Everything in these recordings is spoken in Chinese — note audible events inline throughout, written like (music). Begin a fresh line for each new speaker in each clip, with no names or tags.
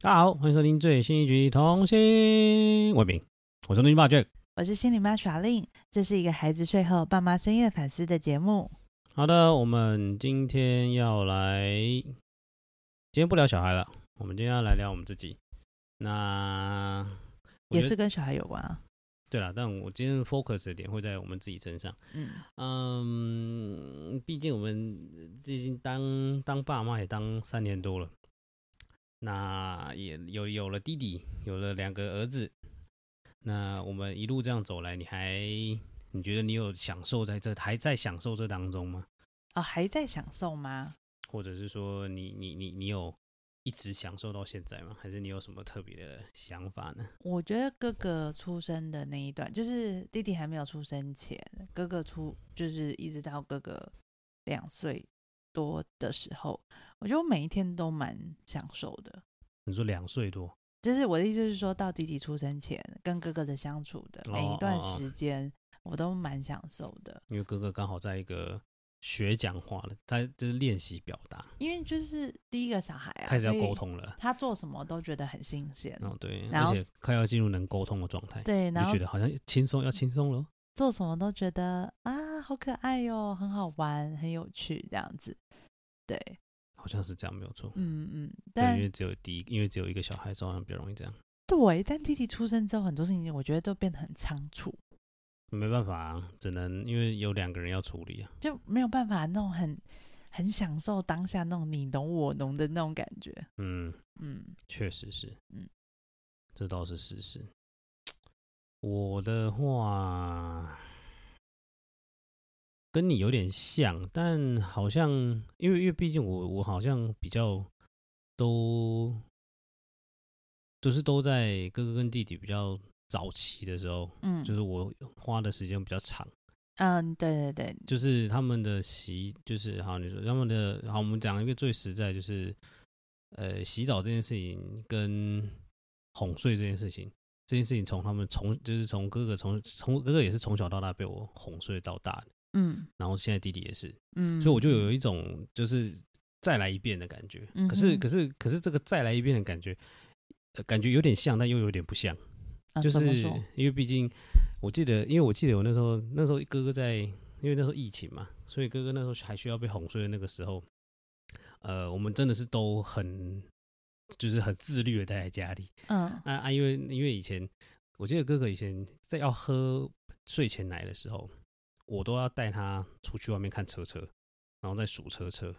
大家好，欢迎收听最新一集《童心未泯》，我是东西爸 Jack。
我是心理妈耍令，这是一个孩子睡后爸妈深夜反思的节目。
好的，我们今天要来，今天不聊小孩了，我们今天要来聊我们自己。那我
也
觉得
是跟小孩有关啊。
对了，但我今天 focus 的点会在我们自己身上。
嗯，
嗯，毕竟我们最近当当爸妈也当三年多了，那也有有了弟弟，有了两个儿子，那我们一路这样走来，你还你觉得你有享受在这还在享受这当中吗？
哦，还在享受吗？
或者是说你你你你有一直享受到现在吗？还是你有什么特别的想法呢？
我觉得哥哥出生的那一段，就是弟弟还没有出生前，哥哥出就是一直到哥哥两岁多的时候，我觉得我每一天都蛮享受的。
你说两岁多，
就是我的意思是说，到弟弟出生前，跟哥哥的相处的
哦
每一
哦
段
哦
时间，我都蛮享受的。
因为哥哥刚好在一个学讲话了，他就是练习表达，
因为就是第一个小孩啊，
开始要
所以
沟通了。
他做什么都觉得很新鲜。
哦，对，
然
而
后
且快要进入能沟通的状态，
对，
你
然
就
后
觉得好像轻松要轻松了。
做什么都觉得啊，好可爱哟、很好玩，很有趣这样子。对，
好像是这样，没有错。
嗯嗯，
对，
但
因为只有第一，因为只有一个小孩，所以好像比较容易这样。
对，但弟弟出生之后，很多事情我觉得都变得很仓促，
没办法、啊，只能因为有两个人要处理啊。
就没有办法那种很很享受当下那种你侬我侬的那种感觉。
嗯，
嗯，
确实是，
嗯，
这倒是事实。我的话跟你有点像，但好像因为因为毕竟我我好像比较都就是都在哥哥跟弟弟比较早期的时候，
嗯
就是我花的时间比较长，
嗯，对对对，
就是他们的洗就是好你说他们的好，我们讲一个最实在就是呃洗澡这件事情跟哄睡这件事情。这件事情从他们从就是从哥哥从从哥哥也是从小到大被我哄睡到大的，
嗯
然后现在弟弟也是，
嗯，
所以我就有一种就是再来一遍的感觉。
嗯哼
可是可是可是这个再来一遍的感觉，呃感觉有点像，但又有点不像，
啊
就是
怎么说
因为毕竟我记得，因为我记得我那时候那时候哥哥在，因为那时候疫情嘛，所以哥哥那时候还需要被哄睡的那个时候，呃，我们真的是都很就是很自律的待在家里。
嗯
啊啊，因为因为以前我记得哥哥以前在要喝睡前奶的时候，我都要带他出去外面看车车，然后再数车车。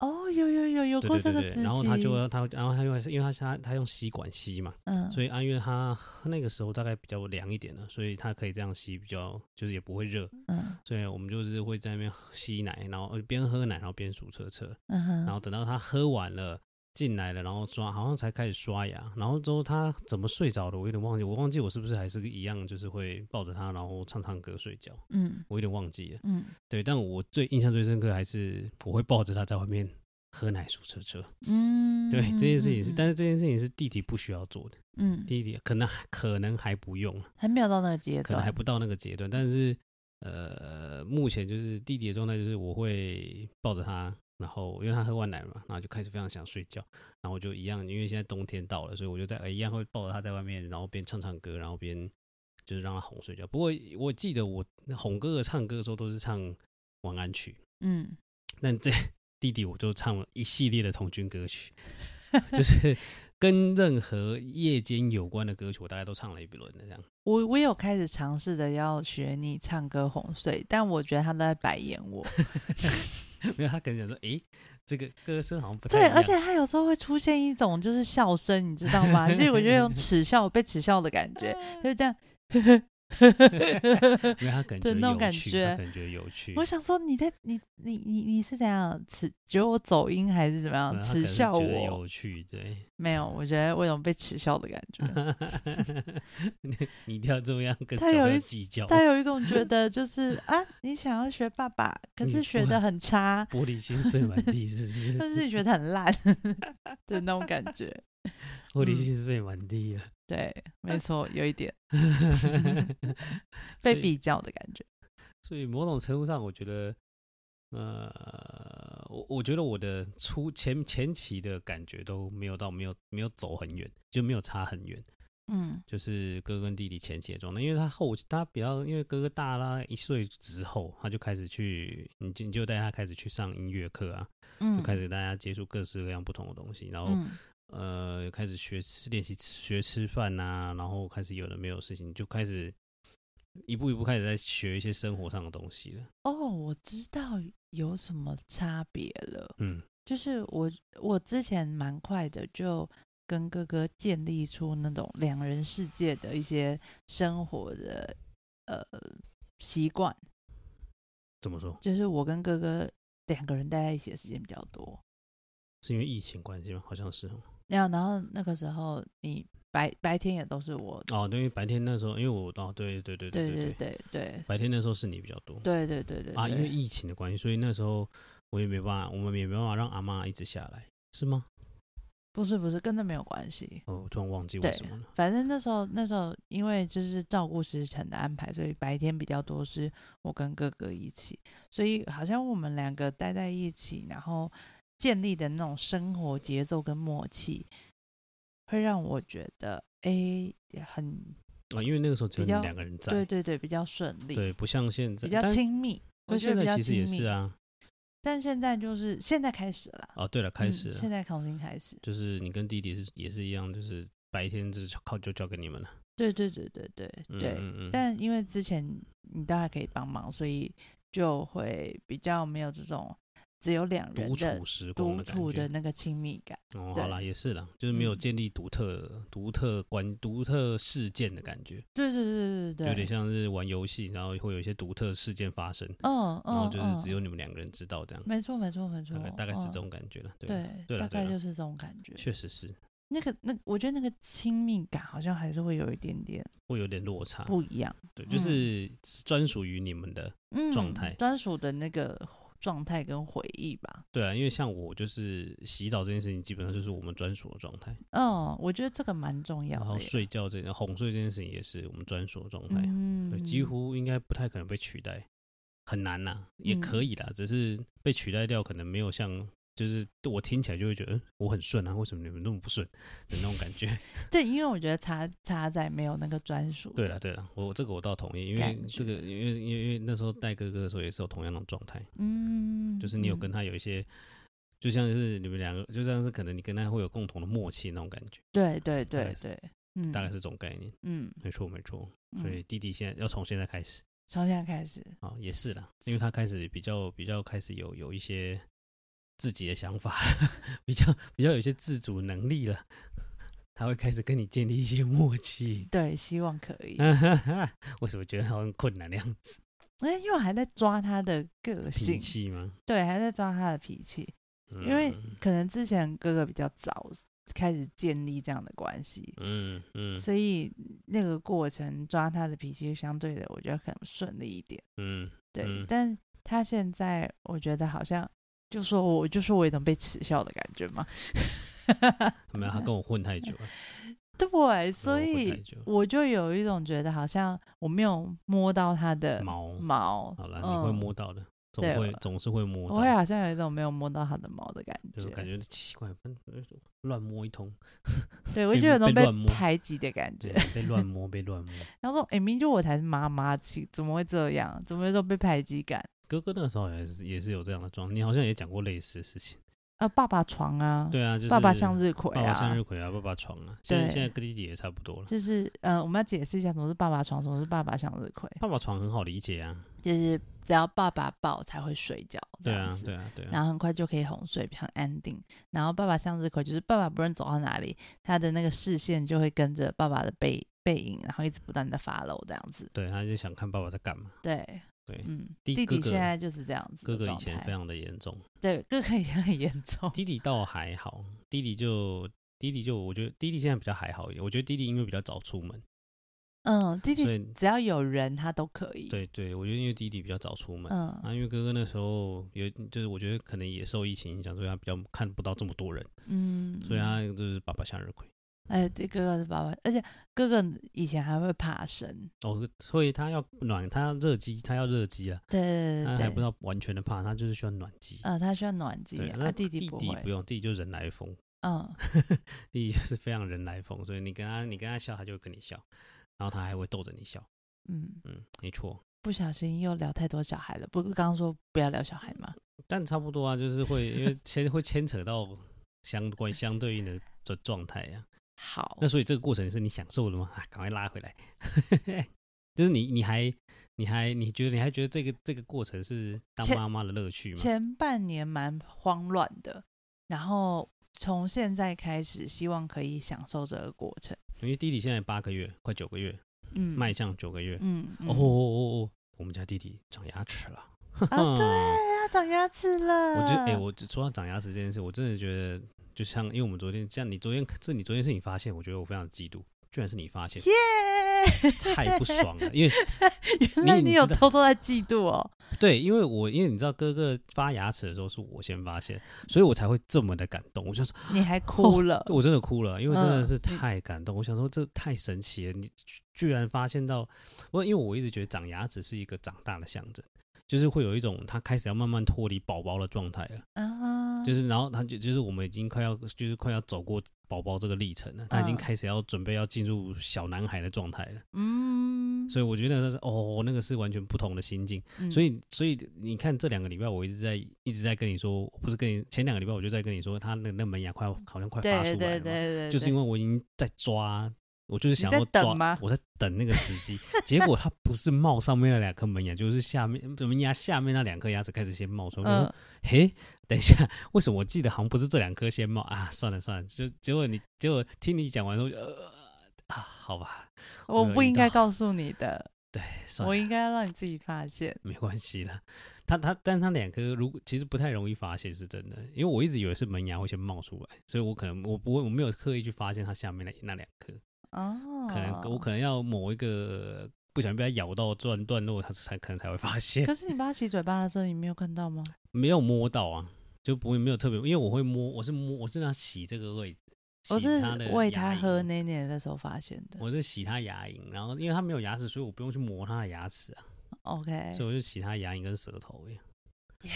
哦，有有有有
对
过
对
这
对
个时期，
对，然后他就要他，然后他因为因为他是他他用吸管吸嘛，
嗯，
所以啊，因为他那个时候大概比较凉一点了，所以他可以这样吸，比较就是也不会热。
嗯
所以我们就是会在那边吸奶，然后呃边喝奶，然后边数车车。
嗯哼，
然后等到他喝完了进来了，然后刷，好像才开始刷牙，然后之后他怎么睡着的，我有点忘记，我忘记我是不是还是一样，就是会抱着他，然后唱唱歌睡觉，
嗯
我有点忘记了。
嗯
对，但我最印象最深刻还是我会抱着他在外面喝奶数车车，
嗯，
对这件事情是，但
是
是这件事情是弟弟不需要做的， (laughs)
嗯，
弟弟可能可能还不用，
还没有到那个阶
可能
段，
还不到那个阶段，但是呃，目前就是弟弟的状态就是我会抱着他，然后因为他喝完奶嘛，然后就开始非常想睡觉，然后我就一样，因为现在冬天到了，所以我就在、呃一样会抱着他在外面，然后边唱唱歌，然后边就是让他哄睡觉。不过我记得我哄哥哥唱歌的时候都是唱晚安曲，
嗯，
但这弟弟我就唱了一系列的童军歌曲， (laughs) 就是跟任何夜间有关的歌曲，我大概都唱了一轮的这样。
我我有开始尝试的要学你唱歌哄睡，但我觉得他都在白眼
(laughs)
我，
没有，他可能想说，诶，这个歌声好像不太
对，
一
而
样
且他有时候会出现一种就是笑声，你知道吗？就是我觉
(laughs)
得有耻笑被耻笑的感觉，就是这样。 (laughs) 呵呵呵呵呵
没有，他可能觉
的
得
那种
有
感
趣
觉
他可能觉得有趣。
我想说你在你你你你是怎样耻觉得我走音还是怎
没
么
有
样
嗯他可
耻
能是
笑
觉得
我？
有趣，对。
没有，我觉得我有被耻笑的感觉。
你 (laughs) 你一定要这样跟小
(laughs) 他
朋
有
友
一
计较，
他有一种觉得就是啊，你想要学爸爸，可
你
是
不
学的很差，
玻璃心碎满地，是不
(laughs) 或
是？
者是你学的很烂的那种感觉。
玻璃心碎满地啊！ (laughs)
对，没错，有一点
所以
被比较的感觉。
所以某种程度上，我觉得，呃，我我觉得我的初前前期的感觉都没有到没有没有走很远，就没有差很远，
嗯
就是哥跟弟弟前期的状态，因为他后他比较因为哥哥大啦一岁之后，他就开始去你就你就带他开始去上音乐课啊，
嗯，
就开始大哦家接触各式各样不同的东西，然后、
嗯
呃开始学吃练习吃学吃饭呐、然后开始有的没有事情就开始一步一步开始在学一些生活上的东西了，
哦，我知道有什么差别了。
嗯
就是我我之前蛮快的就跟哥哥建立出那种两人世界的一些生活的呃习惯，
怎么说
就是我跟哥哥两个人待在一起的时间比较多。
是因为疫情关系吗？好像是哦。
然后然后那个时候你白白天也都是我，
哦，对，因为白天那时候，因为我哦，对对对
对
对
对对对
白天那时候是你比较多
对对对对
啊，因为
对
疫情的关系，所以那时候我也没办法，我们也没办法让阿妈一直下来，是吗？
不是不是跟那没有关系。
哦，我突然忘记
对
为什么了。
反正那时候，那时候因为就是照顾时辰的安排，所以白天比较多是我跟哥哥一起，所以好像我们两个待在一起，然后建立的那种生活节奏跟默契，会让我觉得诶很
啊，因为那个时候只有
比
你
较
们两个人在，
对对对比较顺利，
对不像现在
比较，亲密。
但但
我觉得
现
比
在
较
其实
亲
也
密
是，啊。
但现在就是现在开始了啦，
哦，对了，开
嗯
始了
现在重新开始，
就是你跟弟弟是也是一样，就是白天就是靠就交给你们了。
对对对对对
嗯
对，
嗯嗯，
但因为之前你都还可以帮忙，所以就会比较没有这种只有两人
独
的
处时光
独
的感
处
觉
的。那个亲密感。
哦，
对
好啦，也是啦，就是没有
嗯
建立独特、独特关、独特事件的感觉。
对对对对对，
有点像是玩游戏，然后会有一些独特事件发生，
嗯，嗯嗯，
然后就是只有你们两个人知道这样，
没错没错没错
大，概大概是这。
嗯
种感觉了，对吧
对，
对
大
啦对
概
啦
就是这种感觉。
确实是
那个那，我觉得那个亲密感好像还是会有一点点
会有点落差，
不嗯一样，
对，就是专属于你们的，
嗯，
状态
专属的那个状态跟回忆吧。
对啊，因为像我就是洗澡这件事情，基本上就是我们专属的状态，
嗯，我觉得这个蛮重要
然
的耶。
后睡觉这件哄睡这件事情也是我们专属的状态，
嗯，
对，几乎应该不太可能被取代，很难呐、也
嗯
可以啦，只是被取代掉可能没有像。就是我听起来就会觉得，嗯，我很顺啊，为什么你们那么不顺的那种感觉？ (laughs)
对，嗯因为我觉得差差在没有那个专属。
对了，对了，我我这个我倒同意，因为
感
这个因为因为因为那时候带哥哥的时候也是有同样的状态，
嗯，
就是你有
嗯
跟他有一些，就像是你们两个，就像是可能你跟他会有共同的默契那种感觉，
对对
大
对
概
对，嗯，
大概是这种概念。
嗯，
没错，没错。
嗯
所以弟弟现在要从现在开始
从现在开始，
啊、也是啦，因为他开始比较比较开始有有一些自己的想法， (laughs) 比较比较有一些自主能力了，他会开始跟你建立一些默契。
对，希望可
(laughs)
以。
嗯为什么觉得好像困难那样子？
哎，因为我还在抓他的个
脾
性，
气吗？
对，还在抓他的脾气，因为
嗯
可能之前哥哥比较早开始建立这样的关系，
嗯嗯
所以那个过程抓他的脾气，相对的我觉得可能顺利一点。
嗯，
对，
嗯
但他现在我觉得好像就说我，就说我有一种被耻笑的感觉嘛。 (laughs)
没有，他跟我混太久了，
对，所
跟我嗯混
以
太久了
我就有一种觉得好像我没有摸到他的
毛。
毛。
好了，
嗯
你会摸到的，总
对
会
我
总是会摸
我也
到，
好像有一种没有摸到他的毛的感
(laughs) 就是
觉，
感觉奇怪，嗯乱摸一通，
对我
被
就有种
被乱摸
排挤的感觉
对。，被乱摸，被乱摸。 (laughs)
然后说：“哎、明明就我才是妈妈，怎怎么会这样？怎么会有种被排挤感？
哥哥那个时候也是也是有这样的状况，你好像也讲过类似的事情。
啊，爸爸床啊，
对啊，就是
爸爸向日葵
爸爸向
啊
日，葵啊，爸爸床啊，现在
对
现在跟弟弟也差不多了。
就是呃，我们要解释一下什么是爸爸床，什么是爸爸向日葵，
爸爸床很好理解啊，
就是只要爸爸抱才会睡觉，这
对
样
啊
子，
对啊，对啊，
然后很快就可以哄睡，很安定。然后爸爸向日葵就是爸爸不论走到哪里，他的那个视线就会跟着爸爸的背背影，然后一直不断的发漏这样子。
对，他就想看爸爸在干嘛。
对，
对，
嗯，
弟
弟
哥
弟
哥
现在就是这样子
哥
的
哥以
状
前非
态。
常的严重，
对，哥哥也很严重。
弟弟倒还好，弟弟就弟弟就我觉得弟弟现在比较还好一点，我觉得弟弟因为比较早出门，
嗯，弟
所
弟
以
只要有人他都可以。，
对对，我觉得因为弟弟比较早出门。
嗯，
啊，因为哥哥那时候有，就是我觉得可能也受疫情影响，所以他比较看不到这么多人，
嗯，
所以他就是爸爸向日葵，
哎，对，哥哥是爸爸，而且哥哥以前还会爬绳，
哦，所以他要暖，他要热机，他要热机啊，
对对
他
对
还
嗯对
不
对，
到完全的怕，他就是需要暖机。
呃，他需要暖机
对，，
啊，
那
弟
弟
弟不会，
不用，弟弟就人来疯，
嗯，
弟弟就是非常人来疯，所以你跟他你跟他笑，他就会跟你笑，然后他还会逗着你笑。
嗯，
嗯，没错，
不小心又聊太多小孩了。不是刚刚说不要聊小孩吗？
但差不多啊，就是会因为牵会牵扯到相关相对应的状状态啊呀、
好
那，所以这个过程是你享受的吗？啊，赶快拉回来， (laughs) 就是你你还你还你觉得你还觉得这个这个过程是当
前
妈妈的乐趣吗？
前半年蛮慌乱的，然后从现在开始，希望可以享受这个过程。
因为弟弟现在八个月，快九个月，
嗯，
迈向九个月。
嗯，嗯
哦哦哦哦，我们家弟弟长牙齿了。
啊，对，要长牙齿了。
我觉得，哎、我只说到长牙齿这件事，我真的觉得，就像因为我们昨天，像你昨天是你昨天是你发现，我觉得我非常嫉妒，居然是你发现，
耶，
太不爽了。因为
(laughs) 原来
你
你
知
有
道
偷偷在嫉妒哦。
对，因为我因为你知道哥哥发牙齿的时候是我先发现，所以我才会这么的感动。我就说，
你还哭了，
哦我真的哭了，因为真的是
嗯你
太感动。我想说，这太神奇了，你居居然发现到，我因为我一直觉得长牙齿是一个长大的象征，就是会有一种他开始要慢慢脱离宝宝的状态了。
啊，
就是是，然后他就就是我们已经快要就是快要走过宝宝这个历程了，他已经
嗯
开始要准备要进入小男孩的状态了，
嗯，
所以我觉得那是哦，那个是完全不同的心境。
嗯
所以所以你看这两个礼拜，我一直在一直在跟你说，不是跟你前两个礼拜我就在跟你说，他那那门牙快要好像快
对
发出来了
对
嘛，
对对，
就是因
为
为我已经在抓。我就是想
你在
要抓，
等吗
我在等那个时机。结果他不是冒上面那两颗门牙，就是下面门牙下面那两颗牙齿开始先冒出来。我就说
嗯，
嘿，等一下，为什么我记得好像不是这两颗先冒啊？算了算了，就结果你结果听你讲完之后，呃啊，好吧，
我
有
不
遇
应该
到
告诉你
(laughs)
的，
算
我
了，
应该让你自己发现。
没关系的。他他，但他两颗如果其实不太容易发现，是真的，因为我一直以为是门牙会先冒出来，所以我可能我不会我没有刻意去发现它下面那那两颗，
哦，
可能、我可能要某一个不小心被它咬到断段落，它才可能才会发现，
可是你帮他洗嘴巴的时候，你没有看到吗？
没有摸到啊，就不会没有特别，因为我会摸，我是摸我是让它洗这个位置，
我
洗
是
它的
喂
牙
他喝
龈
奶奶的时候发现的。
我是洗他牙龈，然后因为他没有牙齿，所以我不用去磨他的牙齿啊，
OK，
所以我就洗他牙龈跟舌头耶。
耶，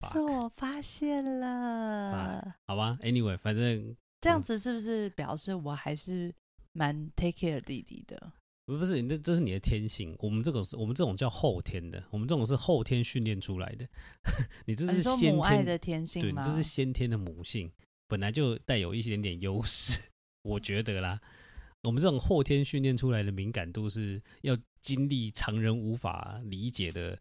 Fuck 哎
是我发现了。
好吧，Anyway，反正
这样子是不是表示我还是蛮 take care 弟弟的？
不不是，这这是你的天性。我们这种是我们这种叫后天的，我们这种是后天训练出来的。 (laughs) 呃你这
啊
是
你说
先
母爱
天，
的天
对，
性
你
吗？
这是先天的母性，本来就带有一点点优势，我觉得啦。我们这种后天训练出来的敏感度，是要经历常人无法理解的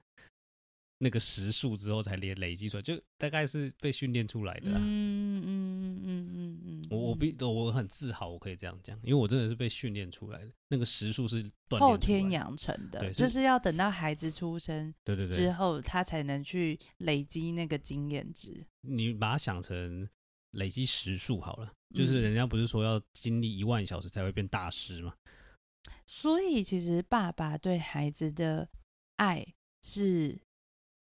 那个时数之后才累累积出来，就大概是被训练出来的啦。
嗯嗯嗯嗯嗯嗯，
我我
嗯
比我很自豪，我可以这样讲，因为我真的是被训练出来的，那个时数是锻炼
后
出来
天
的，
养成的，
对
就是是要等到孩子出生
对对
之
对，
后，他才能去累积那个经验值。
你把它想成累积时数好了，就
嗯
是人家不是说要经历一万小时才会变大师吗？
所以，其实爸爸对孩子的爱是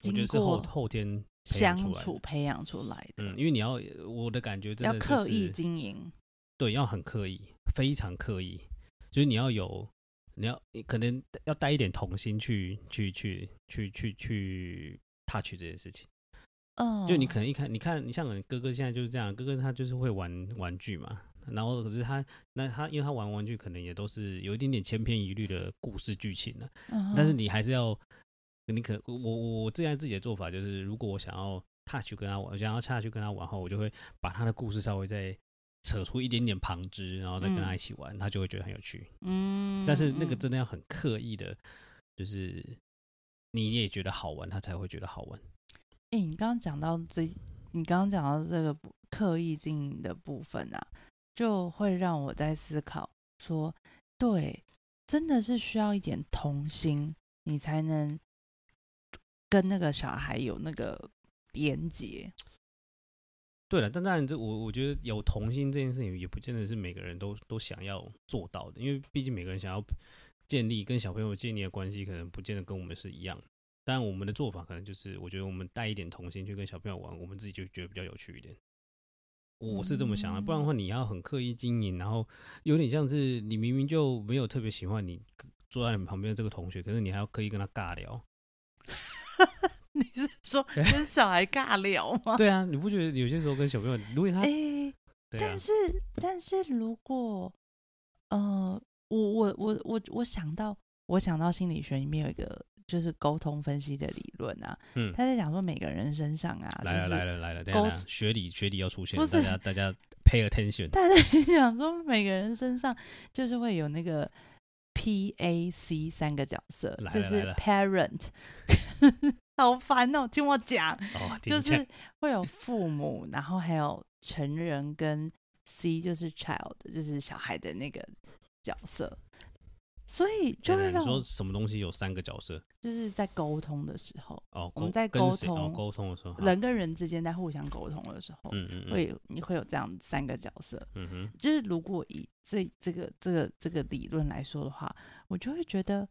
我觉
经
得是后
过
后天培养
相
出来的
处培养出来的，
嗯，因为你要我的感觉真
要
的、就是、
刻意经营。
对，要很刻意，非常刻意，就是你要有，你要你可能要带一点童心去去去去去去 touch 这件事情。
嗯，
就你可能一看，你看你像我哥哥现在就是这样，哥哥他就是会玩玩具嘛，然后可是他那他因为他玩玩具可能也都是有一点点千篇一律的故事剧情了、啊
嗯哼，
但是你还是要，你可我我我这样自己的做法就是，如果我想要 touch 跟他玩，我想要 touch 跟他玩后，我就会把他的故事稍微再扯出一点点旁枝，然后再跟他
嗯
一起玩，他就会觉得很有趣。
嗯，
但是那个
嗯
真的要很刻意的，就是你也觉得好玩，他才会觉得好玩。
哎、你刚刚讲到这，你刚刚讲到这个部刻意经营的部分啊，就会让我在思考说，对，真的是需要一点童心，你才能跟那个小孩有那个连结。
对了，但当然这我我觉得有童心这件事情也不见得是每个人都都想要做到的，因为毕竟每个人想要建立跟小朋友建立的关系，可能不见得跟我们是一样的。但我们的做法可能就是，我觉得我们带一点童心去跟小朋友玩，我们自己就觉得比较有趣一点。我是这么想的，不然的话你要很刻意经营，然后有点像是你明明就没有特别喜欢你坐在你旁边的这个同学，可是你还要刻意跟他尬聊。
你是 (laughs) 说跟小孩尬聊吗？
对啊，你不觉得有些时候跟小朋友，如果他、
哎、
对啊
但，是但是如果呃，我我我我我想到我想到心理学里面有一个就是沟通分析的理论啊，
嗯
他在讲说每个人身上啊，
来了
就是
来了来了，等一下
沟
等一下学理学理要出现
不
了，大
是
家大家 pay
(laughs)
attention。
他在讲说每个人身上就是会有那个 P A C 三个角色，
来
就
了来
是
了
parent，好烦哦，听我讲，
哦，
就
听起来
是会有父母，然后还有成人跟 C 就是 child，就是小孩的那个角色，所以就
等一
会
下哎
让
你说
我
什么东西有三个角色
就是在沟通的时候，
哦，
我
沟
们在
跟
沟
谁哦
通
沟通的时候，好
人跟人之间在互相沟通的时候，
嗯嗯嗯
会有你会有这样三个角色，
嗯哼
就是如果以这这个这个这个理论来说的话，我就会觉得，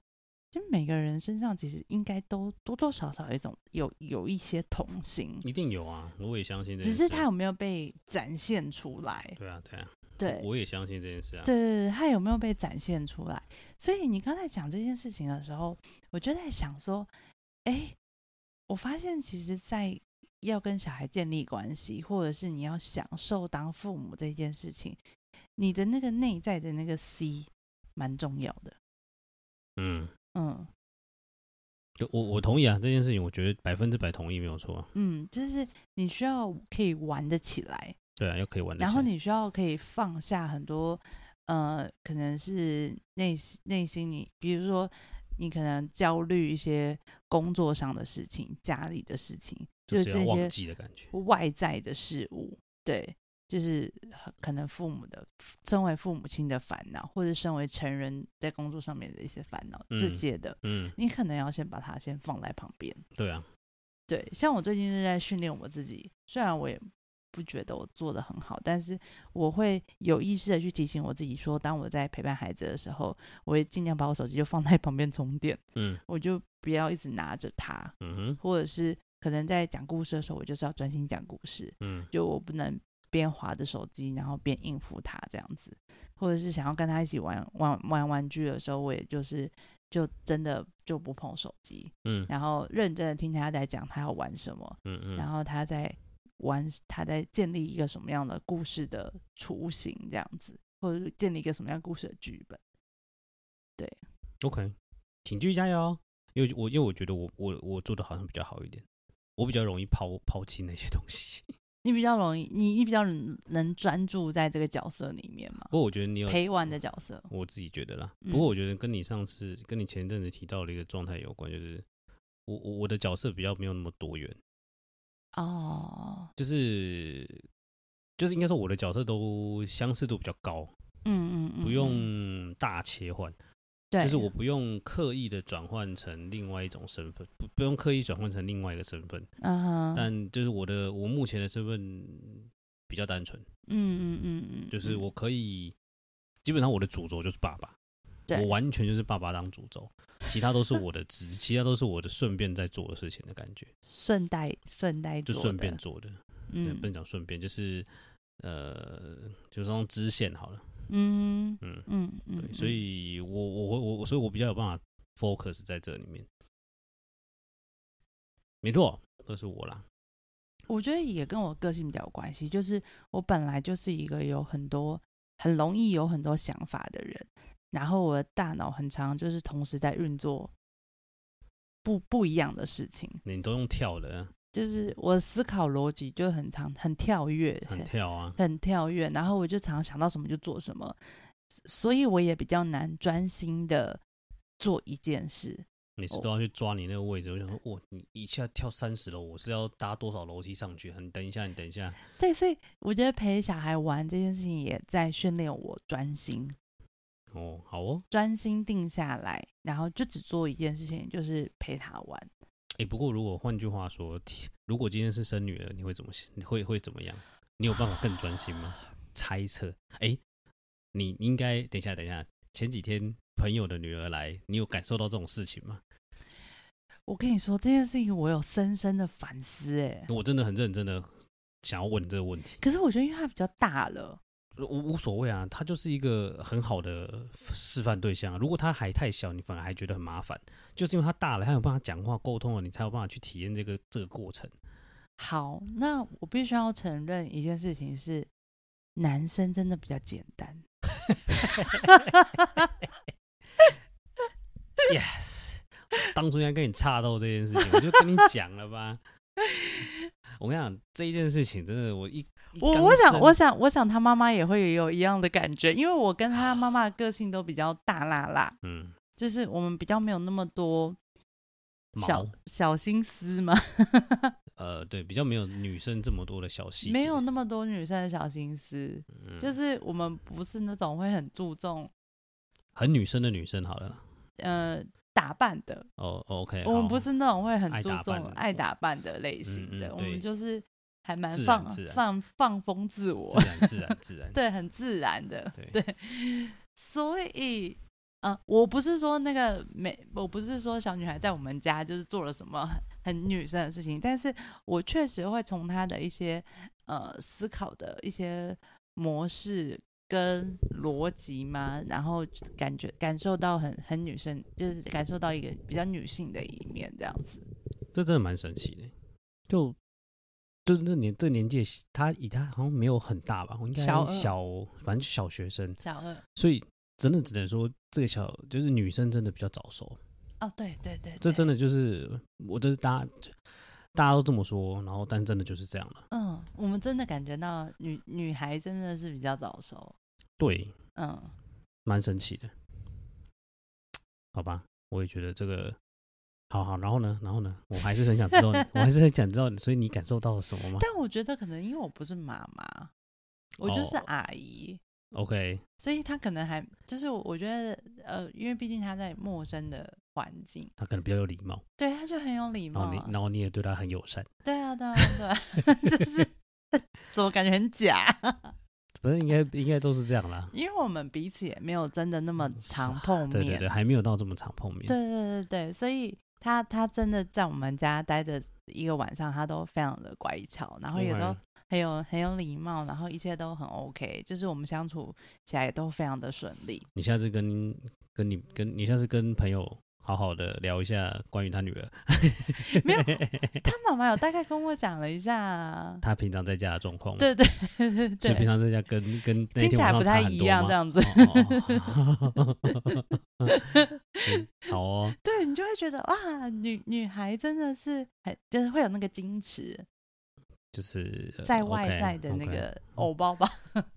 就每个人身上其实应该都多多少少有一种有有一些同性，
一定有啊，我也相信这件
只
事。
是他有没有被展现出来。
对啊对啊，
对，
我也相信这件事啊。
对对对，他有没有被展现出来？所以你刚才讲这件事情的时候，我就在想说，哎，我发现其实，在要跟小孩建立关系，或者是你要享受当父母这件事情，你的那个内在的那个 C 蛮重要的。
嗯，
嗯
就我我同意啊，这件事情我觉得百分之百同意没有错啊。
嗯，就是你需要可以玩得起来，
对啊，要可以玩得起来。
然后你需要可以放下很多，呃，可能是内心内心你，比如说你可能焦虑一些工作上的事情、家里的事情，
就
就是
要
这
忘
些
记的感觉。
外在的事物，对，就是很可能父母的，身为父母亲的烦恼，或者身为成人在工作上面的一些烦恼，这
嗯
些的，
嗯，
你可能要先把它先放在旁边。
对啊，
对，像我最近是在训练我自己，虽然我也不觉得我做的很好，但是我会有意识的去提醒我自己说，当我在陪伴孩子的时候，我会尽量把我手机就放在旁边充电，
嗯
我就不要一直拿着它，
嗯哼
或者是可能在讲故事的时候，我就是要专心讲故事，
嗯
就我不能边划着手机，然后边应付他这样子，或者是想要跟他一起玩玩玩玩具的时候，我也就是就真的就不碰手机，
嗯
然后认真的听他在讲他要玩什么。
嗯嗯，
然后他在玩，他在建立一个什么样的故事的雏形，这样子，或者是建立一个什么样故事的剧本。
OK，请继续加油。哦因为我因为我觉得我我我做的好像比较好一点，我比较容易抛抛弃那些东西。 (laughs)
你比较容易，你你比较能能专注在这个角色里面嘛？
不过我觉得你有，
陪玩的角色，
我自己觉得啦。
嗯
不过我觉得跟你上次跟你前一阵子提到的一个状态有关，就是我我我的角色比较没有那么多元，
哦，
就是就是应该说我的角色都相似度比较高，
嗯嗯嗯，
不
嗯，
用大切换。
对，
就是我不用刻意的转换成另外一种身份，不不用刻意转换成另外一个身份，
嗯哼，
但就是我的我目前的身份比较单纯，
嗯嗯嗯嗯，
就是
嗯
我可以基本上我的主轴就是爸爸，
对
我完全就是爸爸当主轴，其他都是我的职，
(laughs)
其他都是我的顺便在做的事情的感觉，
顺带顺带
就
做
顺
的
便，做的，对，
嗯
不能讲顺便，就是呃，就是用支线好了，
嗯
嗯，
嗯
对，
嗯，
所以我我会我我所以我比较有办法 focus 在这里面，没错，这是我啦，
我觉得也跟我个性比较有关系，就是我本来就是一个有很多很容易有很多想法的人，然后我的大脑很常就是同时在运作不不一样的事情，
你都用跳的啊，
就是我的思考逻辑就很常很跳跃，
很
很
跳啊，
很跳跃，然后我就常想到什么就做什么，所以我也比较难专心的做一件事。
每次都要去抓你那个位置。我想说，哇，你一下跳三十楼，我是要搭多少楼梯上去？你等一下，你等一下，
对，所以我觉得陪小孩玩这件事情也在训练我专心。
哦，好哦。
专心定下来，然后就只做一件事情，就是陪他玩。
哎、不过如果换句话说，如果今天是生女儿，你会怎么？你会会怎么样？你有办法更专心吗？猜测，哎、你应该等一下，等一下，前几天朋友的女儿来，你有感受到这种事情吗？
我跟你说这件事情，我有深深的反思、欸。哎，
我真的很认真的想要问这个问题，
可是我觉得，因为他比较大了，
无无所谓啊，他就是一个很好的示范对象啊、如果他还太小，你反而还觉得很麻烦，就是因为他大了，他有办法讲话沟通了，你才有办法去体验这个这个过程。
好，那我必须要承认一件事情是，男生真的比较简单。
Yes，当 (laughs) 初应该跟你岔到这件事情，我就跟你讲了吧。我跟你讲这一件事情，真的我一一
我
刚
我想，
生
我想，我想他妈妈也会有一样的感觉，因为我跟他妈妈的个性都比较大辣辣，
嗯，
就是我们比较没有那么多小
毛
小心思嘛，
呃对，比较没有女生这么多的小细节，
没有那么多女生的小心思，
嗯，
就是我们不是那种会很注重
很女生的女生好了啦。
呃打扮的，
哦，OK，
我们
好
不是那种会很
爱
注
打扮
重
的哦
爱打扮的类型
嗯
的，
嗯
我们
对
就是还蛮
自然
放
自然
放放风自我，
自然自然自然，
(laughs) 对，很自然的，
对
对，所以。呃，我不是说那个没，我不是说小女孩在我们家就是做了什么很很女生的事情，但是我确实会从她的一些呃思考的一些模式跟逻辑嘛，然后感觉感受到很很女生，就是感受到一个比较女性的一面这样子。
这真的蛮神奇的。就就这年这年纪，他以他好像没有很大吧，我应该
小
小
二
反正就小学生，
小二
所以真的只能说这个小就是女生真的比较早熟。
哦，对对对，
这
对
真的就是我这是大家大家都这么说，然后但真的就是这样了。
嗯，我们真的感觉到女女孩真的是比较早熟，
对，
嗯，
蛮神奇的。好吧，我也觉得这个好好。然后呢，然后呢，我还是很想知
(laughs)
道你，我还是很想知道你，所以你感受到了什么吗
但我觉得可能因为我不是妈妈，我就是
哦
阿姨，
？OK，
所以她可能还就是我我觉得呃，因为毕竟她在陌生的环境，
他可能比较有礼貌，
对，她就很有礼貌
然后哦
啊、
你然后你也对他很友善，
对啊，对啊，对啊， (laughs) 就是怎么感觉很假？ (laughs)
反正应该应该都是这样啦。
因为我们彼此也没有真的那么常碰
嗯
面，
对对对，还没有到这么常碰面。
对对对对，所以他他真的在我们家待的一个晚上，他都非常的乖巧，然后也都
OK
很有很有礼貌，然后一切都很 OK，就是我们相处起来也都非常的顺利。
你下次跟跟你跟你下次跟朋友好好的聊一下关于他女儿，
没
(laughs)
有，他妈妈有大概跟我讲了一下，
他平常在家的状况。
对对
所以平
对，
常在家跟跟那
听
一
起
天
来
晚
不
上
太
差很
一
多
样
吗？
这样子。 (laughs)
哦哦哦就是好哦， (laughs)
对你就会觉得哇，女女孩真的是很就是会有那个矜持
就是呃
在外
OK，
在的那
OK，
个偶包吧，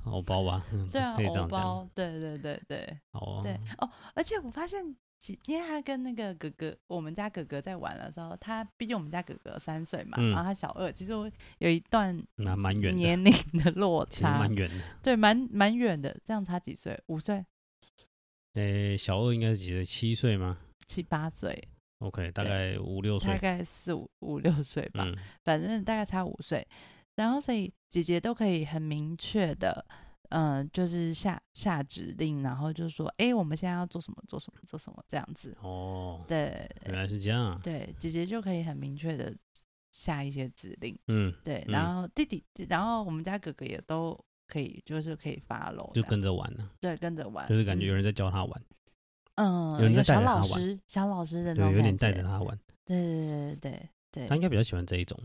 偶包吧，嗯
(laughs) 对啊
可以，这
偶
样讲，
包，对对对对。
好哦，
对哦，而且我发现其，因为他跟那个哥哥，我们家哥哥在玩的时候，他毕竟我们家哥哥三岁嘛，
嗯
然后他小二，其实我有一段
那蛮远的，
年龄的落
其实
差
蛮，远的。
(laughs) 对，蛮蛮远的。这样差几岁？五岁、
诶，小二应该是几岁？七岁吗
七八岁，
？OK，大
对
概五六
大
岁。
概四五五六岁吧，
嗯，
反正大概差五岁。然后，所以姐姐都可以很明确的。嗯、就是下下指令，然后就说，哎、我们现在要做什么，做什么，做什么，这样子。
哦，
对，
原来是这样啊。
对，姐姐就可以很明确的下一些指令，
嗯，
对，
嗯
然后弟弟，然后我们家哥哥也都可以，就是可以发喽，
就跟着玩了，
对跟着玩，
就是感觉有
嗯
人在教他玩，
嗯，
有人在带
小
着
老
他玩
师，小老师的那
对，
种
有点
感
带
觉
着，他玩。
对对对对
他
对
应该比较喜欢这一种。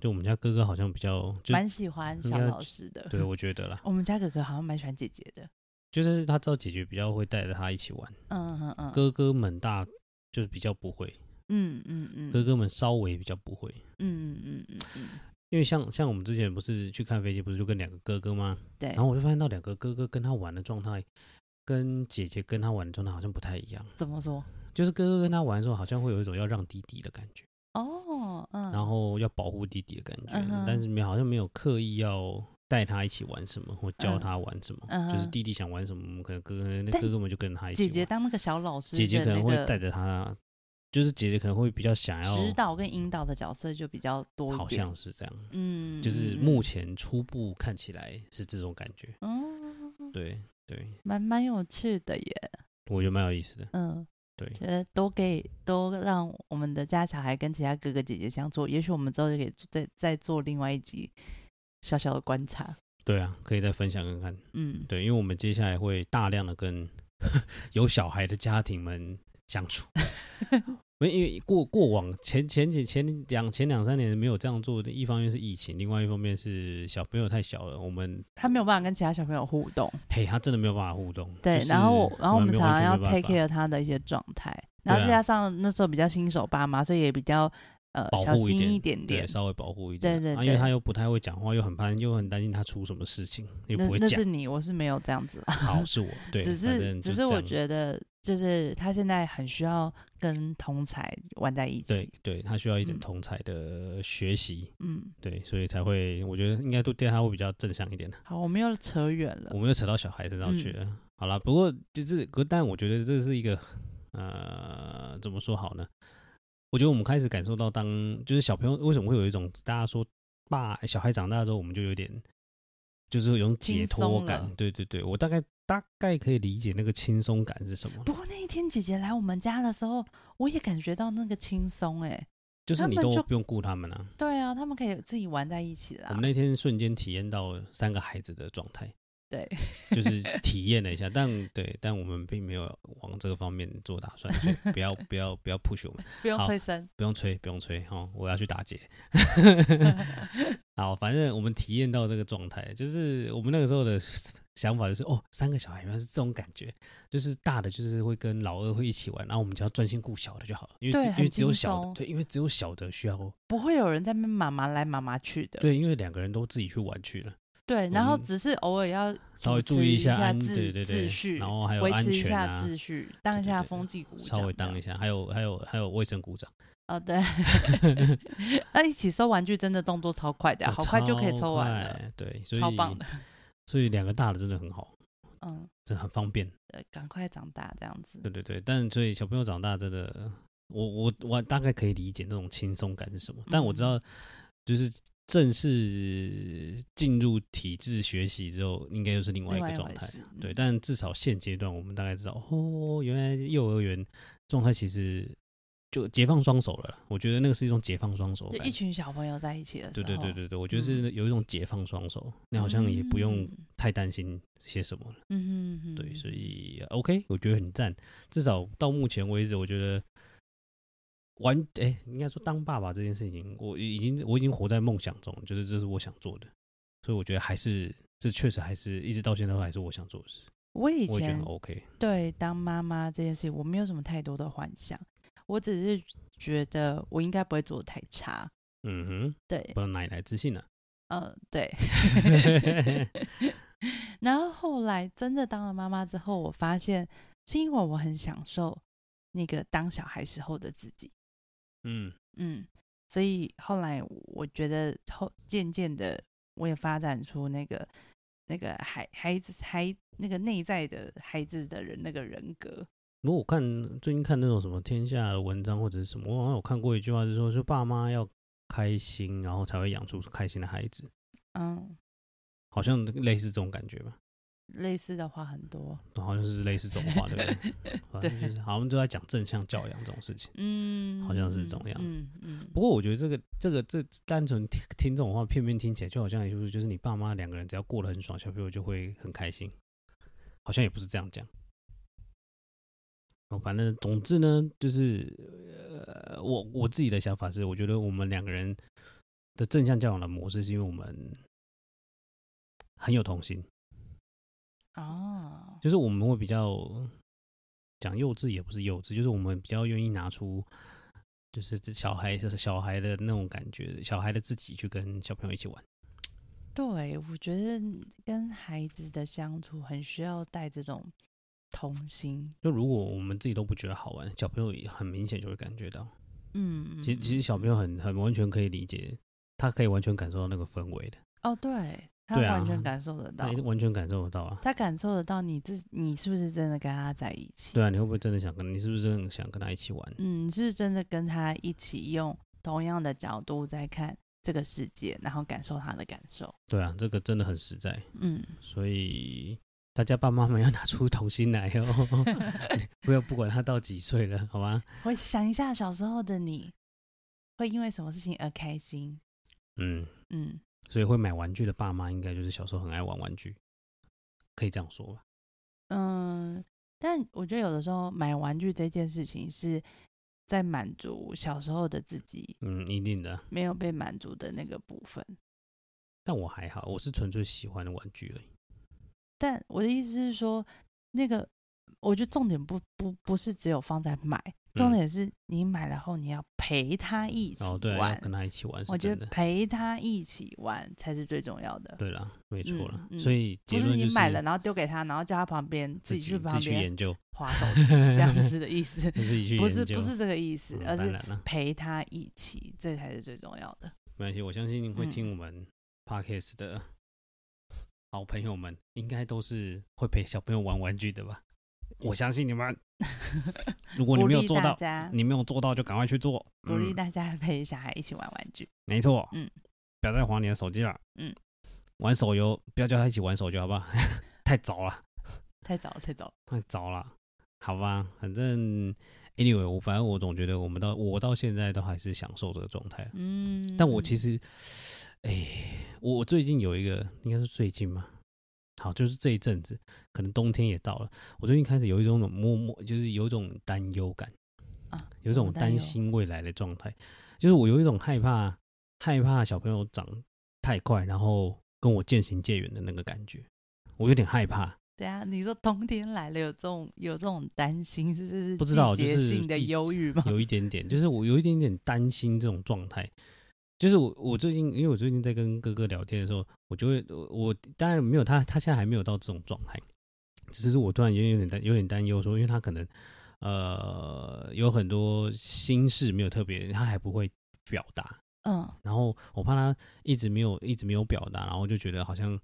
就我们家哥哥好像比较，
对，
就
蛮喜欢小
该
老师的，
对我觉得啦，
我们家哥哥好像蛮喜欢姐姐的，
就是他知道姐姐比较会带着他一起玩。
嗯嗯嗯，
哥哥们大就是比较不会，
嗯嗯嗯，
哥哥们稍微比较不会，
嗯嗯嗯嗯嗯，
因为像像我们之前不是去看飞机，不是就跟两个哥哥吗？
对，
然后我就发现到两个哥哥跟他玩的状态，跟姐姐跟他玩的状态好像不太一样，
怎么说？
就是哥哥跟他玩的时候，好像会有一种要让弟弟的感觉，
哦，嗯，
然后要保护弟弟的感觉，
嗯哼
但是没有好像没有刻意要。带他一起玩什么，或教
嗯
他玩什么，
嗯
就是
哼
弟弟想玩什么，我们可能哥哥那
但
哥哥们就跟他一起
姐
玩。
姐当那个小老师
姐姐
的
可能
那
会
个
带着他，就是姐姐可能会比较想要，
指导跟引导的角色就比较多一
好
点，
像是这样。
嗯，
就是
嗯嗯
目前初步看起来是这种感觉。
嗯，
对对，
蛮蛮有趣的耶，
我觉得蛮有意思的。
嗯，
对
觉得都给都让我们的家小孩跟其他哥哥姐姐相处，也许我们之后就可以再再做另外一集小小的观察。
对啊，可以再分享看看。
嗯，
对，因为我们接下来会大量的跟 (laughs) 有小孩的家庭们相处，因为因为过过往前前几前两前两三年没有这样做的，一方面是疫情，另外一方面是小朋友太小了，我们
他没有办法跟其他小朋友互动。
嘿他真的没有办法互动。
对，
就是
然后我然后我们
没有
常常
完全
要
没办
take
法
care 他的一些状态，然后
对啊
再加上那时候比较新手爸妈，所以也比较呃
保
小
护一
心
点
一点点
对，。稍微保护一点。
对对
啊，因为
对
他又不太会讲话，又很怕，又很担心他出什么事情，又
那
不会
那
讲
是。你，我是没有这样子啦。
好，是我对，
只
反
是
正
只
就是这
我
样
觉得，就是他现在很需要跟同才玩在一
对
起。
对，他需要一点
嗯
同才的学习，
嗯，
对，所以才会，我觉得应该对对他会比较正向一点的。
好，我们又扯远了
我。们又扯到小孩身上
嗯
去了。好啦，不过就是，可但我觉得这是一个呃，怎么说好呢？我觉得我们开始感受到当，就是小朋友为什么会有一种大家说爸小孩长大之后，我们就有点就是有一种解
轻松
脱
了
感。对对对，我大概大概可以理解那个轻松感是什么，
不过那一天姐姐来我们家的时候，我也感觉到那个轻松哎。
就是
他
你
们
都
就
不用顾他们啊。
对啊，他们可以自己玩在一起啦
我。们那天瞬间体验到三个孩子的状态，
(laughs) 对，
就是体验了一下，但对，但我们并没有往这个方面做打算，所以不要不要不要 push 我们，
不用
好
催生。
不用催，不用催，哦，我要去打
(laughs)
劫。好，反正我们体验到这个状态，就是我们那个时候的想法就是，哦，三个小孩原来是这种感觉，就是大的就是会跟老二会一起玩，然后我们只要专心顾小的就好了，因为
对
只因
很
为只有
轻
小的，
松
对，因为只有小的需要，
不会有人在那边妈妈来妈妈去的。
对，因为两个人都自己去玩去了，
对然后
们
只是偶尔要
稍微
主
注
持
意
一
下安，
秩
对对
秩
对，
序，
然后还有
维
安
持一
全
下
啊，
秩序，当一
对
下
对
风纪鼓
稍微当一
下。
下，还有还有还有卫生鼓掌。
哦，对， (laughs) 那一起收玩具真的动作超快的，
哦
啊好快就可以收完
超
了，
快对，所以
超棒的。 (laughs)
所以两个大的真的很好，
嗯，
真的很方便。
对赶快长大这样子。
对对对，但所以小朋友长大真的，我我我大概可以理解那种轻松感是什么，但我
嗯
知道就是。正式进入体制学习之后，应该又是另外一
另
个
外一
状
回
态
事。嗯
对，但至少现阶段，我们大概知道，哦，原来幼儿园状态其实就解放双手了啦。我觉得那个是一种解放双手的
就
感
一
觉。
群小朋友在一起的时
对
候，嗯
对对对对，我觉得是有一种解放双手，你好像也不用太担心些什么了。
嗯，嗯哼哼，
对，所以呃 OK，我觉得很赞。至少到目前为止，我觉得玩哎、应该说当爸爸这件事情，我已经我已经活在梦想中，觉得这是我想做的，所以我觉得还是这确实还是一直到现在都还是我想做的事，
我以
我也觉得哦
前
很 OK。
对当妈妈这件事情，我没有什么太多的幻想，我只是觉得我应该不会做的太差。
嗯哼，
对
不，知道哪里来自信呢、啊 (laughs)
呃，对。 (laughs) 然后后来真的当了妈妈之后，我发现是因为我很享受那个当小孩时候的自己，
嗯
嗯，所以后来我觉得后渐渐的我也发展出那个那个孩孩子孩那个内在的孩子的人那个人格，
不过我看最近看那种什么天下的文章或者是什么，我好像有看过一句话，是说，就爸妈要开心，然后才会养出开心的孩子，
嗯，
好像类似这种感觉吧，
类似的话很多，
好像是类似这种话，对 (laughs) 不对？反正
对
就是好像都在讲正向教养这种事情。
嗯，
(laughs) 好像是这种样子
嗯嗯，
不过我觉得这个这个这单纯听听这种话，片面听起来就好像就是就是你爸妈两个人只要过得很爽，小朋友就会很开心，好像也不是这样讲。哦，反正总之呢，就是呃，我我自己的想法是，我觉得我们两个人的正向教养的模式，是因为我们很有童心，
哦，
就是我们会比较讲幼稚，也不是幼稚，就是我们比较愿意拿出，就是这小孩就是小孩的那种感觉，小孩的自己去跟小朋友一起玩。
对，我觉得跟孩子的相处很需要带这种童心，
就如果我们自己都不觉得好玩，小朋友也很明显就会感觉到。
嗯，
其实其实小朋
友
友很很完全可以理解，他可以完全感受到那个氛围的，
哦，对他
对
完
啊
全感受得到
他，完全感受得到啊。
他感受得到你自你是不是真的跟他在一起？
对啊，你会不会真的想跟？你是不是真的想跟他一起玩？
嗯，是真的跟他一起用同样的角度在看这个世界，然后感受他的感受。
对啊，这个真的很实在。 (laughs)
嗯，
所以大家爸妈们要拿出童心来哦， (laughs) 不要不管他到几岁了，好吗？
我想一下小时候的你，会因为什么事情而开心？
嗯，
嗯，
所以会买玩具的爸妈应该就是小时候很爱玩玩具，可以这样说吧？
嗯，但我觉得有的时候买玩具这件事情是在满足小时候的自己
嗯，一定的。
没有被满足的那个部分。
但我还好，我是纯粹喜欢的玩具而已。
但我的意思是说，那个我觉得重点不不不是只有放在买，
嗯
重点是你买了后你要陪他一起
哦，对，要
玩。
跟他一起玩是
我觉
真
得
的。
陪他一起玩才是最重要的，
对啦，没错啦。
嗯嗯
所以结
不是
论就
你
是
买了然后丢给他，然后叫他旁边
自
己
自
去旁
己去
边
研
(laughs)
究，，
划手机这样子的意思
自 (laughs) 己去
不
研
是
究，
不是这个意思，
嗯
而
当
是
然了，
陪他一起，这才是最重要的。
没关系，我相信会
嗯
听我们 podcast 的好朋友们，应该都是会陪小朋友玩玩具的吧？我相信你
(laughs)
们，如果你
鼓
没有
励
做
大
到，
家，
你没有做到就赶快去做，
鼓励
嗯
大家陪小孩一起玩玩具。
没错，
嗯，
不要再划你的手机了，
嗯，
玩手游不要叫他一起玩手游，好不好？ (laughs) 太早了，
太早了太早了，
太早了，好吧，反正 anyway，我反正我总觉得我们到我到现在都还是享受这个状态，
嗯。
但我其实，哎，我我最近有一个，应该是最近嘛，好，就是这一阵子，可能冬天也到了，我最近开始有一种默默，就是有一种担忧感，
啊，
有一种担，心未来的状态，就是我有一种害怕，害怕小朋友长太快，然后跟我渐行渐远的那个感觉，我有点害怕，
对啊，你说冬天来了，有这种有这种担心，是是是
不知道
季节
就是
性的
季
忧郁吗？
有一点点，就是我有一点点担心这种状态。就是我，我最近，因为我最近在跟哥哥聊天的时候，我就会，我我当然没有他，他现在还没有到这种状态，只是我突然有有点担，有点担忧说，因为他可能，呃，有很多心事没有特别，他还不会表达，
嗯，
然后我怕他一直没有一直没有表达，然后就觉得好像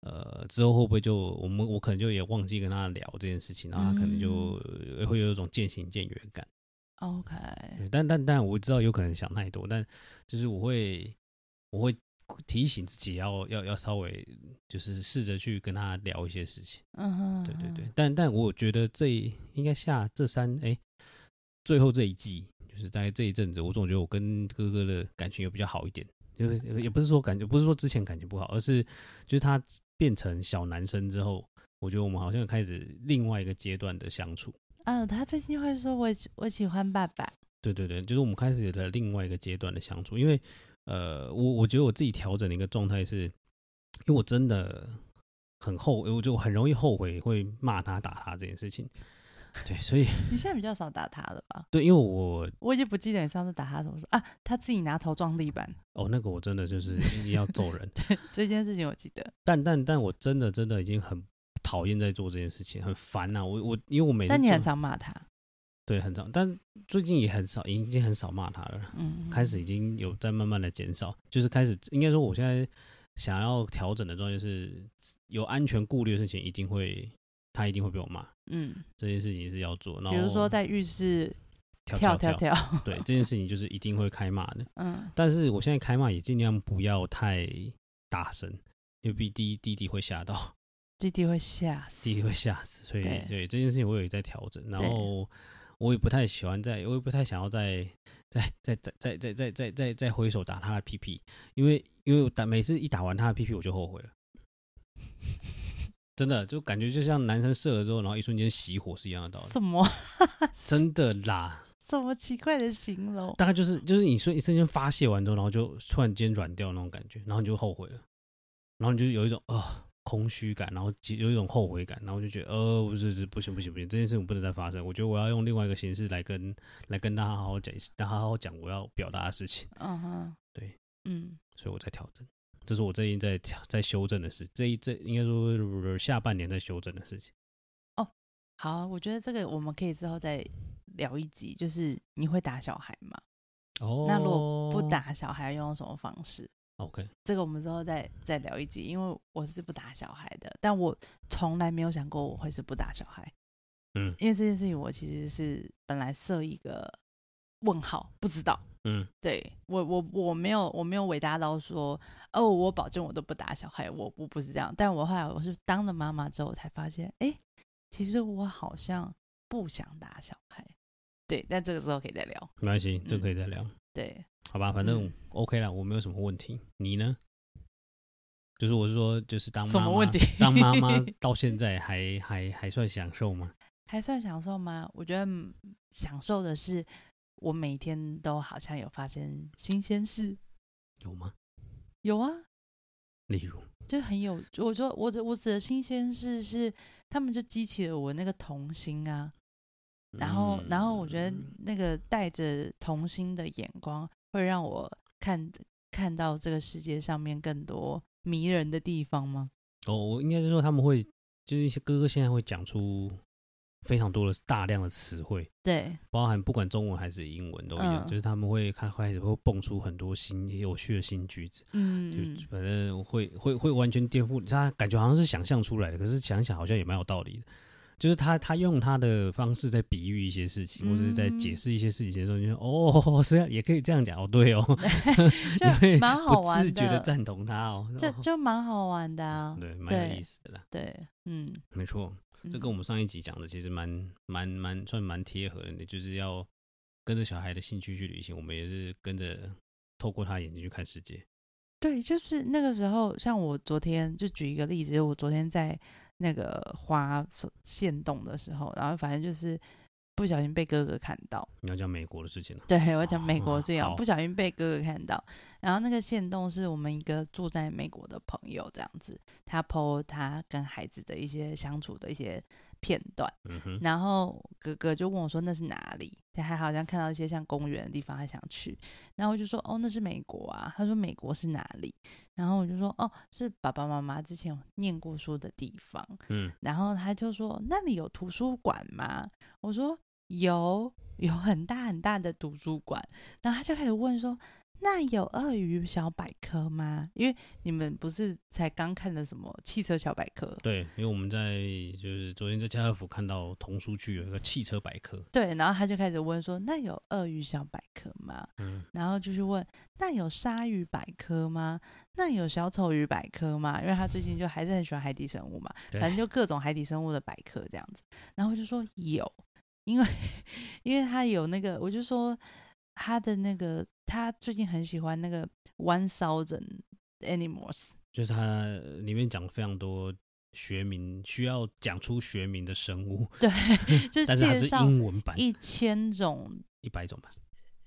呃之后会不会就我们我可能就也忘记跟他聊这件事情，然后他可能就、呃会有一种渐行渐远感。
OK，
对但但但我知道有可能想太多，但就是我会我会提醒自己要要要稍微就是试着去跟他聊一些事情。
嗯哼，
对对对
嗯，，
但但我觉得这一应该下这三哎，最后这一季就是在这一阵子，我总觉得我跟哥哥的感情有比较好一点，就是
嗯
也不是说感觉不是说之前感情不好，而是就是他变成小男生之后，我觉得我们好像开始另外一个阶段的相处。
嗯，他最近会说我喜我喜欢爸爸，
对对对，就是我们开始了另外一个阶段的相处，因为呃，我我觉得我自己调整的一个状态是，因为我真的很后，我就很容易后悔会骂他打他这件事情。对，所以
你现在比较少打他了吧？
对，因为我
我已经不记得你上次打他什么时候啊，他自己拿头撞地板
哦，那个我真的就是一定要揍
(laughs)
人，
这件事情我记得，
但但但我真的真的已经很讨厌在做这件事情，很烦呐、我我因为我每次
但你
做
很常骂
啊
他，
对很少，但最近也很少，已经很少骂他了啦。
嗯，
开始已经有在慢慢的减少，就是开始应该说我现在想要调整的状态就是有安全顾虑的事情一定会他一定会被我骂，
嗯，
这件事情是要做。然后
比如说在浴室
跳
跳
跳
跳，
(laughs) 对这件事情就是一定会开骂的。
(laughs) 嗯
但是我现在开骂也尽量不要太大声，因为毕弟弟弟会吓到。
弟弟会吓死，
弟弟会吓死，所以
对
对这件事情我有在调整，然
对
后我也不太喜欢在，我也不太想要再再再再再再再再再再挥手打他的屁屁，因为因为我打每次一打完他的屁屁我就后悔了，真的就感觉就像男生射了之后，然后一瞬间熄火是一样的道理，
(laughs) 什么
真的啦，
什么奇怪的形容，
大概就是就是你瞬一瞬间发泄完之后，然后就突然间软掉那种感觉，然后你就后悔了，然后你就有一种啊、空虚感，然后其有一种后悔感，然后就觉得呃不是是不行不行不行，这件事情不能再发生，我觉得我要用另外一个形式来跟来跟大家好好讲，大家好好讲我要表达的事情，
嗯哼，
对，
嗯
所以我在调整，这是我最近在调在修正的事，这一这应该说下半年在修正的事情，
好，我觉得这个我们可以之后再聊一集，就是你会打小孩吗？
哦，
那如果不打小孩用什么方式？
OK
这个我们之后再再聊一集，因为我是不打小孩的，但我从来没有想过我会是不打小孩，
嗯
因为这件事情我其实是本来设一个问号，不知道。
嗯
对我我我没有我没有伟大到说哦，我保证我都不打小孩，我我不是这样。但我后来我是当了妈妈之后，我才发现，哎，其实我好像不想打小孩。对，但这个之后可以再聊。
没关系，这可以再聊，
对，
好吧，反正
嗯
OK 啦，我没有什么问题，你呢？就是我是说，就是当妈
什
妈
么问题
当妈妈到现在还还还算享受吗？
还算享受吗？我觉得嗯享受的是，我每天都好像有发生新鲜事，
有吗？
有啊，
例如，
就很有。我说我指我指的新鲜事是，他们就激起了我那个童心啊。然后，然后我觉得
嗯
那个带着童心的眼光，会让我看看到这个世界上面更多迷人的地方吗？
哦，我应该是说他们会，就是一些哥哥现在会讲出非常多的大量的词汇，
对，
包含不管中文还是英文都一样，
嗯
就是他们会开开始会蹦出很多新有趣的新句子，就
嗯， (laughs) 嗯
反正会会会完全颠覆，他感觉好像是想象出来的，可是想一想好像也蛮有道理的。就是他他用他的方式在比喻一些事情，或者是在解
嗯
释一些事情的时候，你就说哦，是 (laughs) 啊，也可以这样讲哦，对哦， (laughs) 因为
就蛮好
不
玩
自觉的
的，
赞同他哦，
就
哦嗯
就蛮好玩的啊。
对，蛮有
对
意思的啦，
对，嗯，
没错。这跟我
嗯
们上一集讲的其实蛮蛮蛮算蛮贴合的，就是要跟着小孩的兴趣去旅行。我们也是跟着透过他眼睛去看世界。
对，就是那个时候，像我昨天就举一个例子，就我昨天在那个花手线动的时候，然后反正就是不小心被哥哥看到，
你要讲美国的事情了、
(laughs)
啊
对我讲美国这样，
好
不小心被哥哥看到，然后那个线动是我们一个住在美国的朋友这样子，他 PO 他跟孩子的一些相处的一些片段。
嗯哼，
然后哥哥就问我说那是哪里？他还好像看到一些像公园的地方，还想去。然后我就说哦，那是美国啊。他说美国是哪里？然后我就说哦，是爸爸妈妈之前有念过书的地方。
嗯，
然后他就说那里有图书馆吗？我说有，有很大很大的图书馆。然后他就开始问说。那有鳄鱼小百科吗？因为你们不是才刚看的什么汽车小百科？
对，因为我们在就是昨天在家乐福看到童书区有一个汽车百科，
对，然后他就开始问说：“那有鳄鱼小百科吗？”
嗯，
然后就去问：“那有鲨鱼百科吗？那有小丑鱼百科吗？”因为他最近就还是很喜欢海底生物嘛，
对
反正就各种海底生物的百科这样子。然后我就说有，因为因为他有那个，我就说他的那个，他最近很喜欢那个 One Thousand Animals，
就是它里面讲了非常多学名，需要讲出学名的生物，
对，就是
但是它
介
是
绍
英文版，
一千种
一百种吧。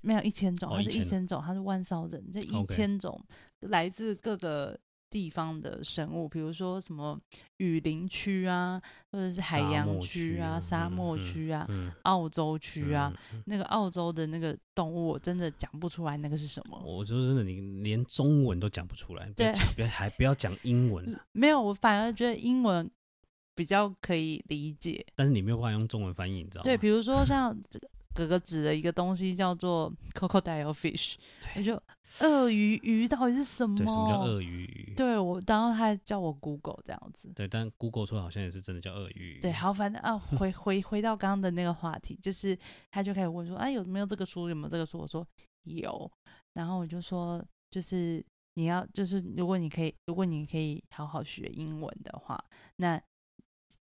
没有一千种，
哦
它是
1000
一千种，它是万烧人，这一
OK
千种来自各个地方的生物，比如说什么雨林区啊，或者是海
沙
洋
漠
区
区
啊、
啊
沙
嗯
漠
嗯
区啊、
嗯，
澳洲区啊。
嗯，
那个澳洲的那个动物，我真的讲不出来那个是什么。
我说真的，你连中文都讲不出来，不要
对嗯
讲，不要还不要讲英文了。
没有，我反而觉得英文比较可以理解。
但是你没有办法用中文翻译，你知道吗？
对，比如说像这个哥哥指了一个东西叫做 crocodile fish，我就鳄鱼鱼到底是什么？
对，什么叫鳄鱼鱼？
对我，然后他还叫我 Google 这样子。
对，但 Google 说好像也是真的叫鳄鱼鱼。
对，好，反正啊，回回回到刚刚的那个话题，就是他就开始问说，啊，有没有这个书？有没有这个书？我说有，然后我就说，就是你要，就是如果你可以，如果你可以好好学英文的话，那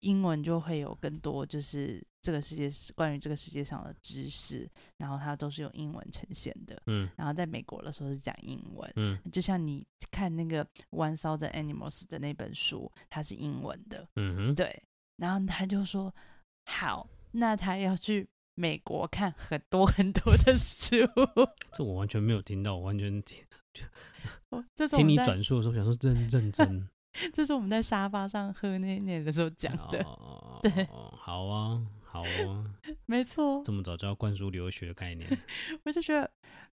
英文就会有更多，就是这个世界关于这个世界上的知识，然后它都是用英文呈现的。
嗯
然后在美国的时候是讲英文，
嗯
就像你看那个《One Thousand Animals》的那本书，它是英文的，
嗯哼，
对。然后他就说：“好，那他要去美国看很多很多的书。
这我完全没有听到，我完全听
我”这是我
听
们
你
在
转述的时候想说认认
(laughs)
真
这是我们在沙发上喝那那的时候讲的，
哦，
(laughs) 对
哦好啊好啊，
没错。
这么早就要灌输留学的概念， (laughs)
我就觉得，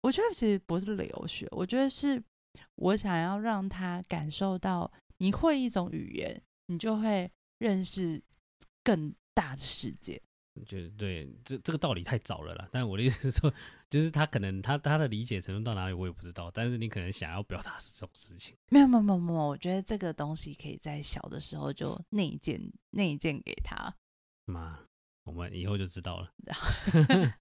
我觉得其实不是留学，我觉得是我想要让他感受到，你会一种语言，你就会认识更大的世界。
就对这这个道理太早了啦。但我的意思是说，就是他可能他他的理解程度到哪里我也不知道，但是你可能想要表达是这种事情。
没有没有没有没有，我觉得这个东西可以在小的时候就内建内建给他。
妈，我们以后就知
(laughs)
道了。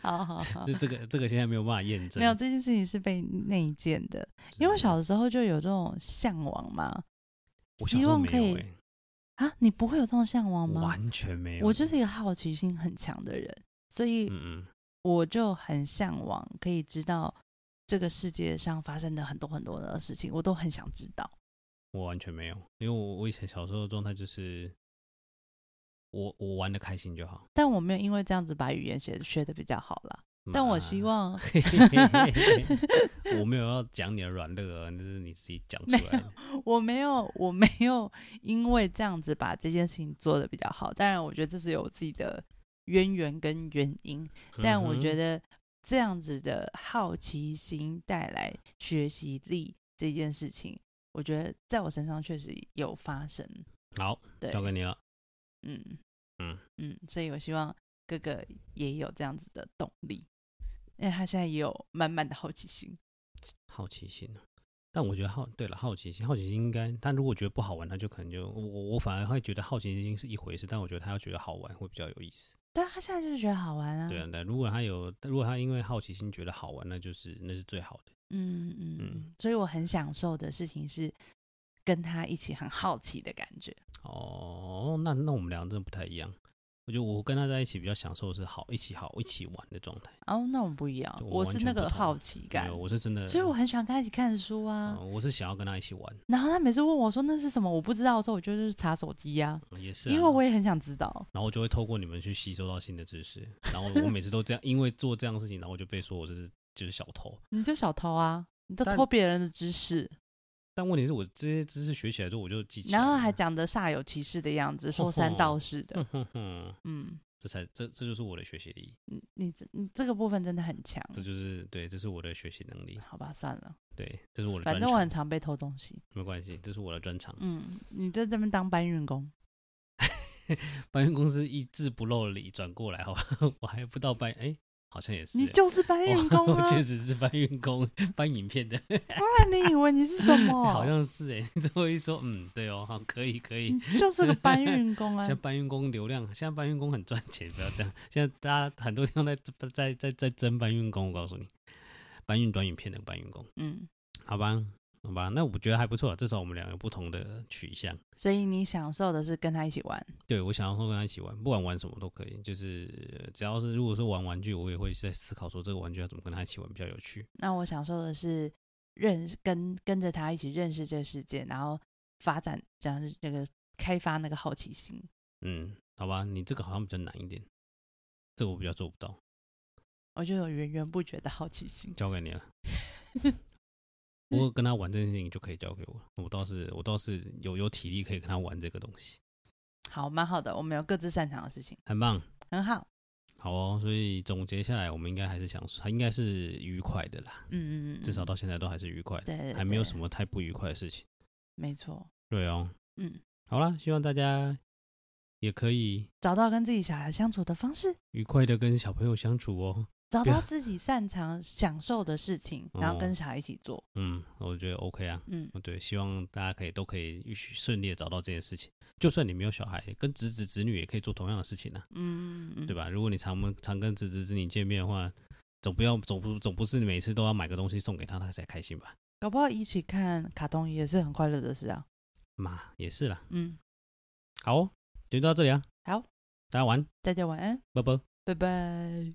好好好
就，这个这个现在没有办法验证，
哦没有这件事情是被内建的，因为我小
时
的时候就有这种向往嘛。
我小
希
时候
望
没
可以
有、欸，
啊，你不会有这种向往吗？
完全没有。
我就是一个好奇心很强的人，所以
嗯嗯，
我就很向往可以知道这个世界上发生的很多很多的事情，我都很想知道。
我完全没有，因为我我以前小时候的状态就是我我玩的开心就好。
但我没有因为这样子把语言学学的比较好啦。但我希
妈
望
嘿嘿嘿嘿嘿 (laughs) 我没有要讲你的软肋啊，那是你自己讲出来的。
我没有，我没有因为这样子把这件事情做的比较好。当然，我觉得这是有我自己的渊源跟原因，
嗯
但我觉
得，
得这样子的好奇心带来学习力这件事情，我觉得在我身上确实有发生。
好，
对，
交给你了。
嗯
嗯
嗯，所以我希望哥哥也有这样子的动力，因为他现在也有满满的好奇心。
好奇心啊但我觉得好，对了，好奇心，好奇心应该，他如果觉得不好玩，他就可能就我我反而会觉得好奇心是一回事，但我觉得他要觉得好玩会比较有意思。
但啊他现在就是觉得好玩啊。
对啊，但如果他有，如果他因为好奇心觉得好玩，那就是那是最好的。
嗯嗯
嗯
嗯，所以我很享受的事情是跟他一起很好奇的感觉。
哦，那那我们两个真的不太一样。我觉得我跟他在一起比较享受的是好一起好一起玩的状态。
哦，那我们不一样，
就我
我
完
是
全
那
不
个
同
好奇
没
感
有，，我是真的，
所以我很喜欢跟他一起看书啊。
嗯我是想要跟他一起玩，
然后他每次问我说那是什么，我不知道的时候，我就是查手机呀、
嗯也是啊、
因为我也很想知道。
然后就会透过你们去吸收到新的知识。然后我每次都这样，因为做这样的事情，然后我就被说我就是就是小偷。
你就小偷啊，你都
但
偷别人的知识，
但问题是我这些知识学起来之后，我就记起来了。
然后还讲的煞有其事的样子，说三
哦
道四的。
哼哼哼，
嗯，
这才这这就是我的学习力，
你你这你这个部分真的很强。
这就是对，这是我的学习能力，
好吧，算了，
对，这是我的
反
专
正我很
长，
常被偷东西。
没关系，这是我的专长。
嗯，你在这边当搬运工。
搬运公司一字不漏里转过来，好吧， (laughs) 我还不到搬，哎，好像也是
你
欸。
就是搬运工
我
啊！
确实是搬运工， (laughs) 搬影片的，
不然你以为你是什么？
(laughs) 好像是哎、 (laughs) 你这么一说，嗯，对哦，好，可以可以。
你就是个搬运工啊
现！在搬运工流量，现在搬运工很赚钱，不要这样。 (laughs) 现在大家很多地方在在在在争搬运工，我告诉你，搬运短影片的搬运工，
嗯，
好吧，好吧，那我觉得还不错，至少我们俩有不同的取向。
所以你享受的是跟他一起玩。
对我想要说跟他一起玩，不管玩什么都可以，就是呃只要是如果说玩玩具，我也会在思考说这个玩具要怎么跟他一起玩比较有趣。
那我享受的是认识跟跟着他一起认识这个世界，然后发展这样那个开发那个好奇心。
嗯，好吧，你这个好像比较难一点，这个我比较做不到，
我就有源源不绝的好奇心。
交给
(laughs)
你了。不过跟他玩这件事情就可以交给我，我倒是我倒是有有体力可以跟他玩这个东西，
好，蛮好的，我们有各自擅长的事情，
很棒。
很好。
好哦，所以总结下来，我们应该还是想，还应该是愉快的啦，
嗯嗯嗯，
至少到现在都还是愉快的，
对对，
还没有什
么，
么太不愉快的事情。
没错。
对哦，
嗯，
好啦，希望大家也可以
找到跟自己小孩相处的方式，
愉快的跟小朋友相处哦。
找
不要
到自己擅长享受的事情，然后
哦
跟小孩一起做。
嗯，我觉得 OK 啊。
嗯，
对，希望大家可以都可以顺利的找到这件事情。就算你没有小孩，跟侄子侄女也可以做同样的事情啊呢、
嗯，嗯
对？吧？如果你常常跟侄子侄女见面的话，总不要总不总不是每次都要买个东西送给他，他才开心吧？
搞不好一起看卡通也是很快乐的事啊。
嘛，也是啦。
嗯，
好哦、就到这里啊。
好，
大家晚安，
大家晚安，
拜拜。
拜拜。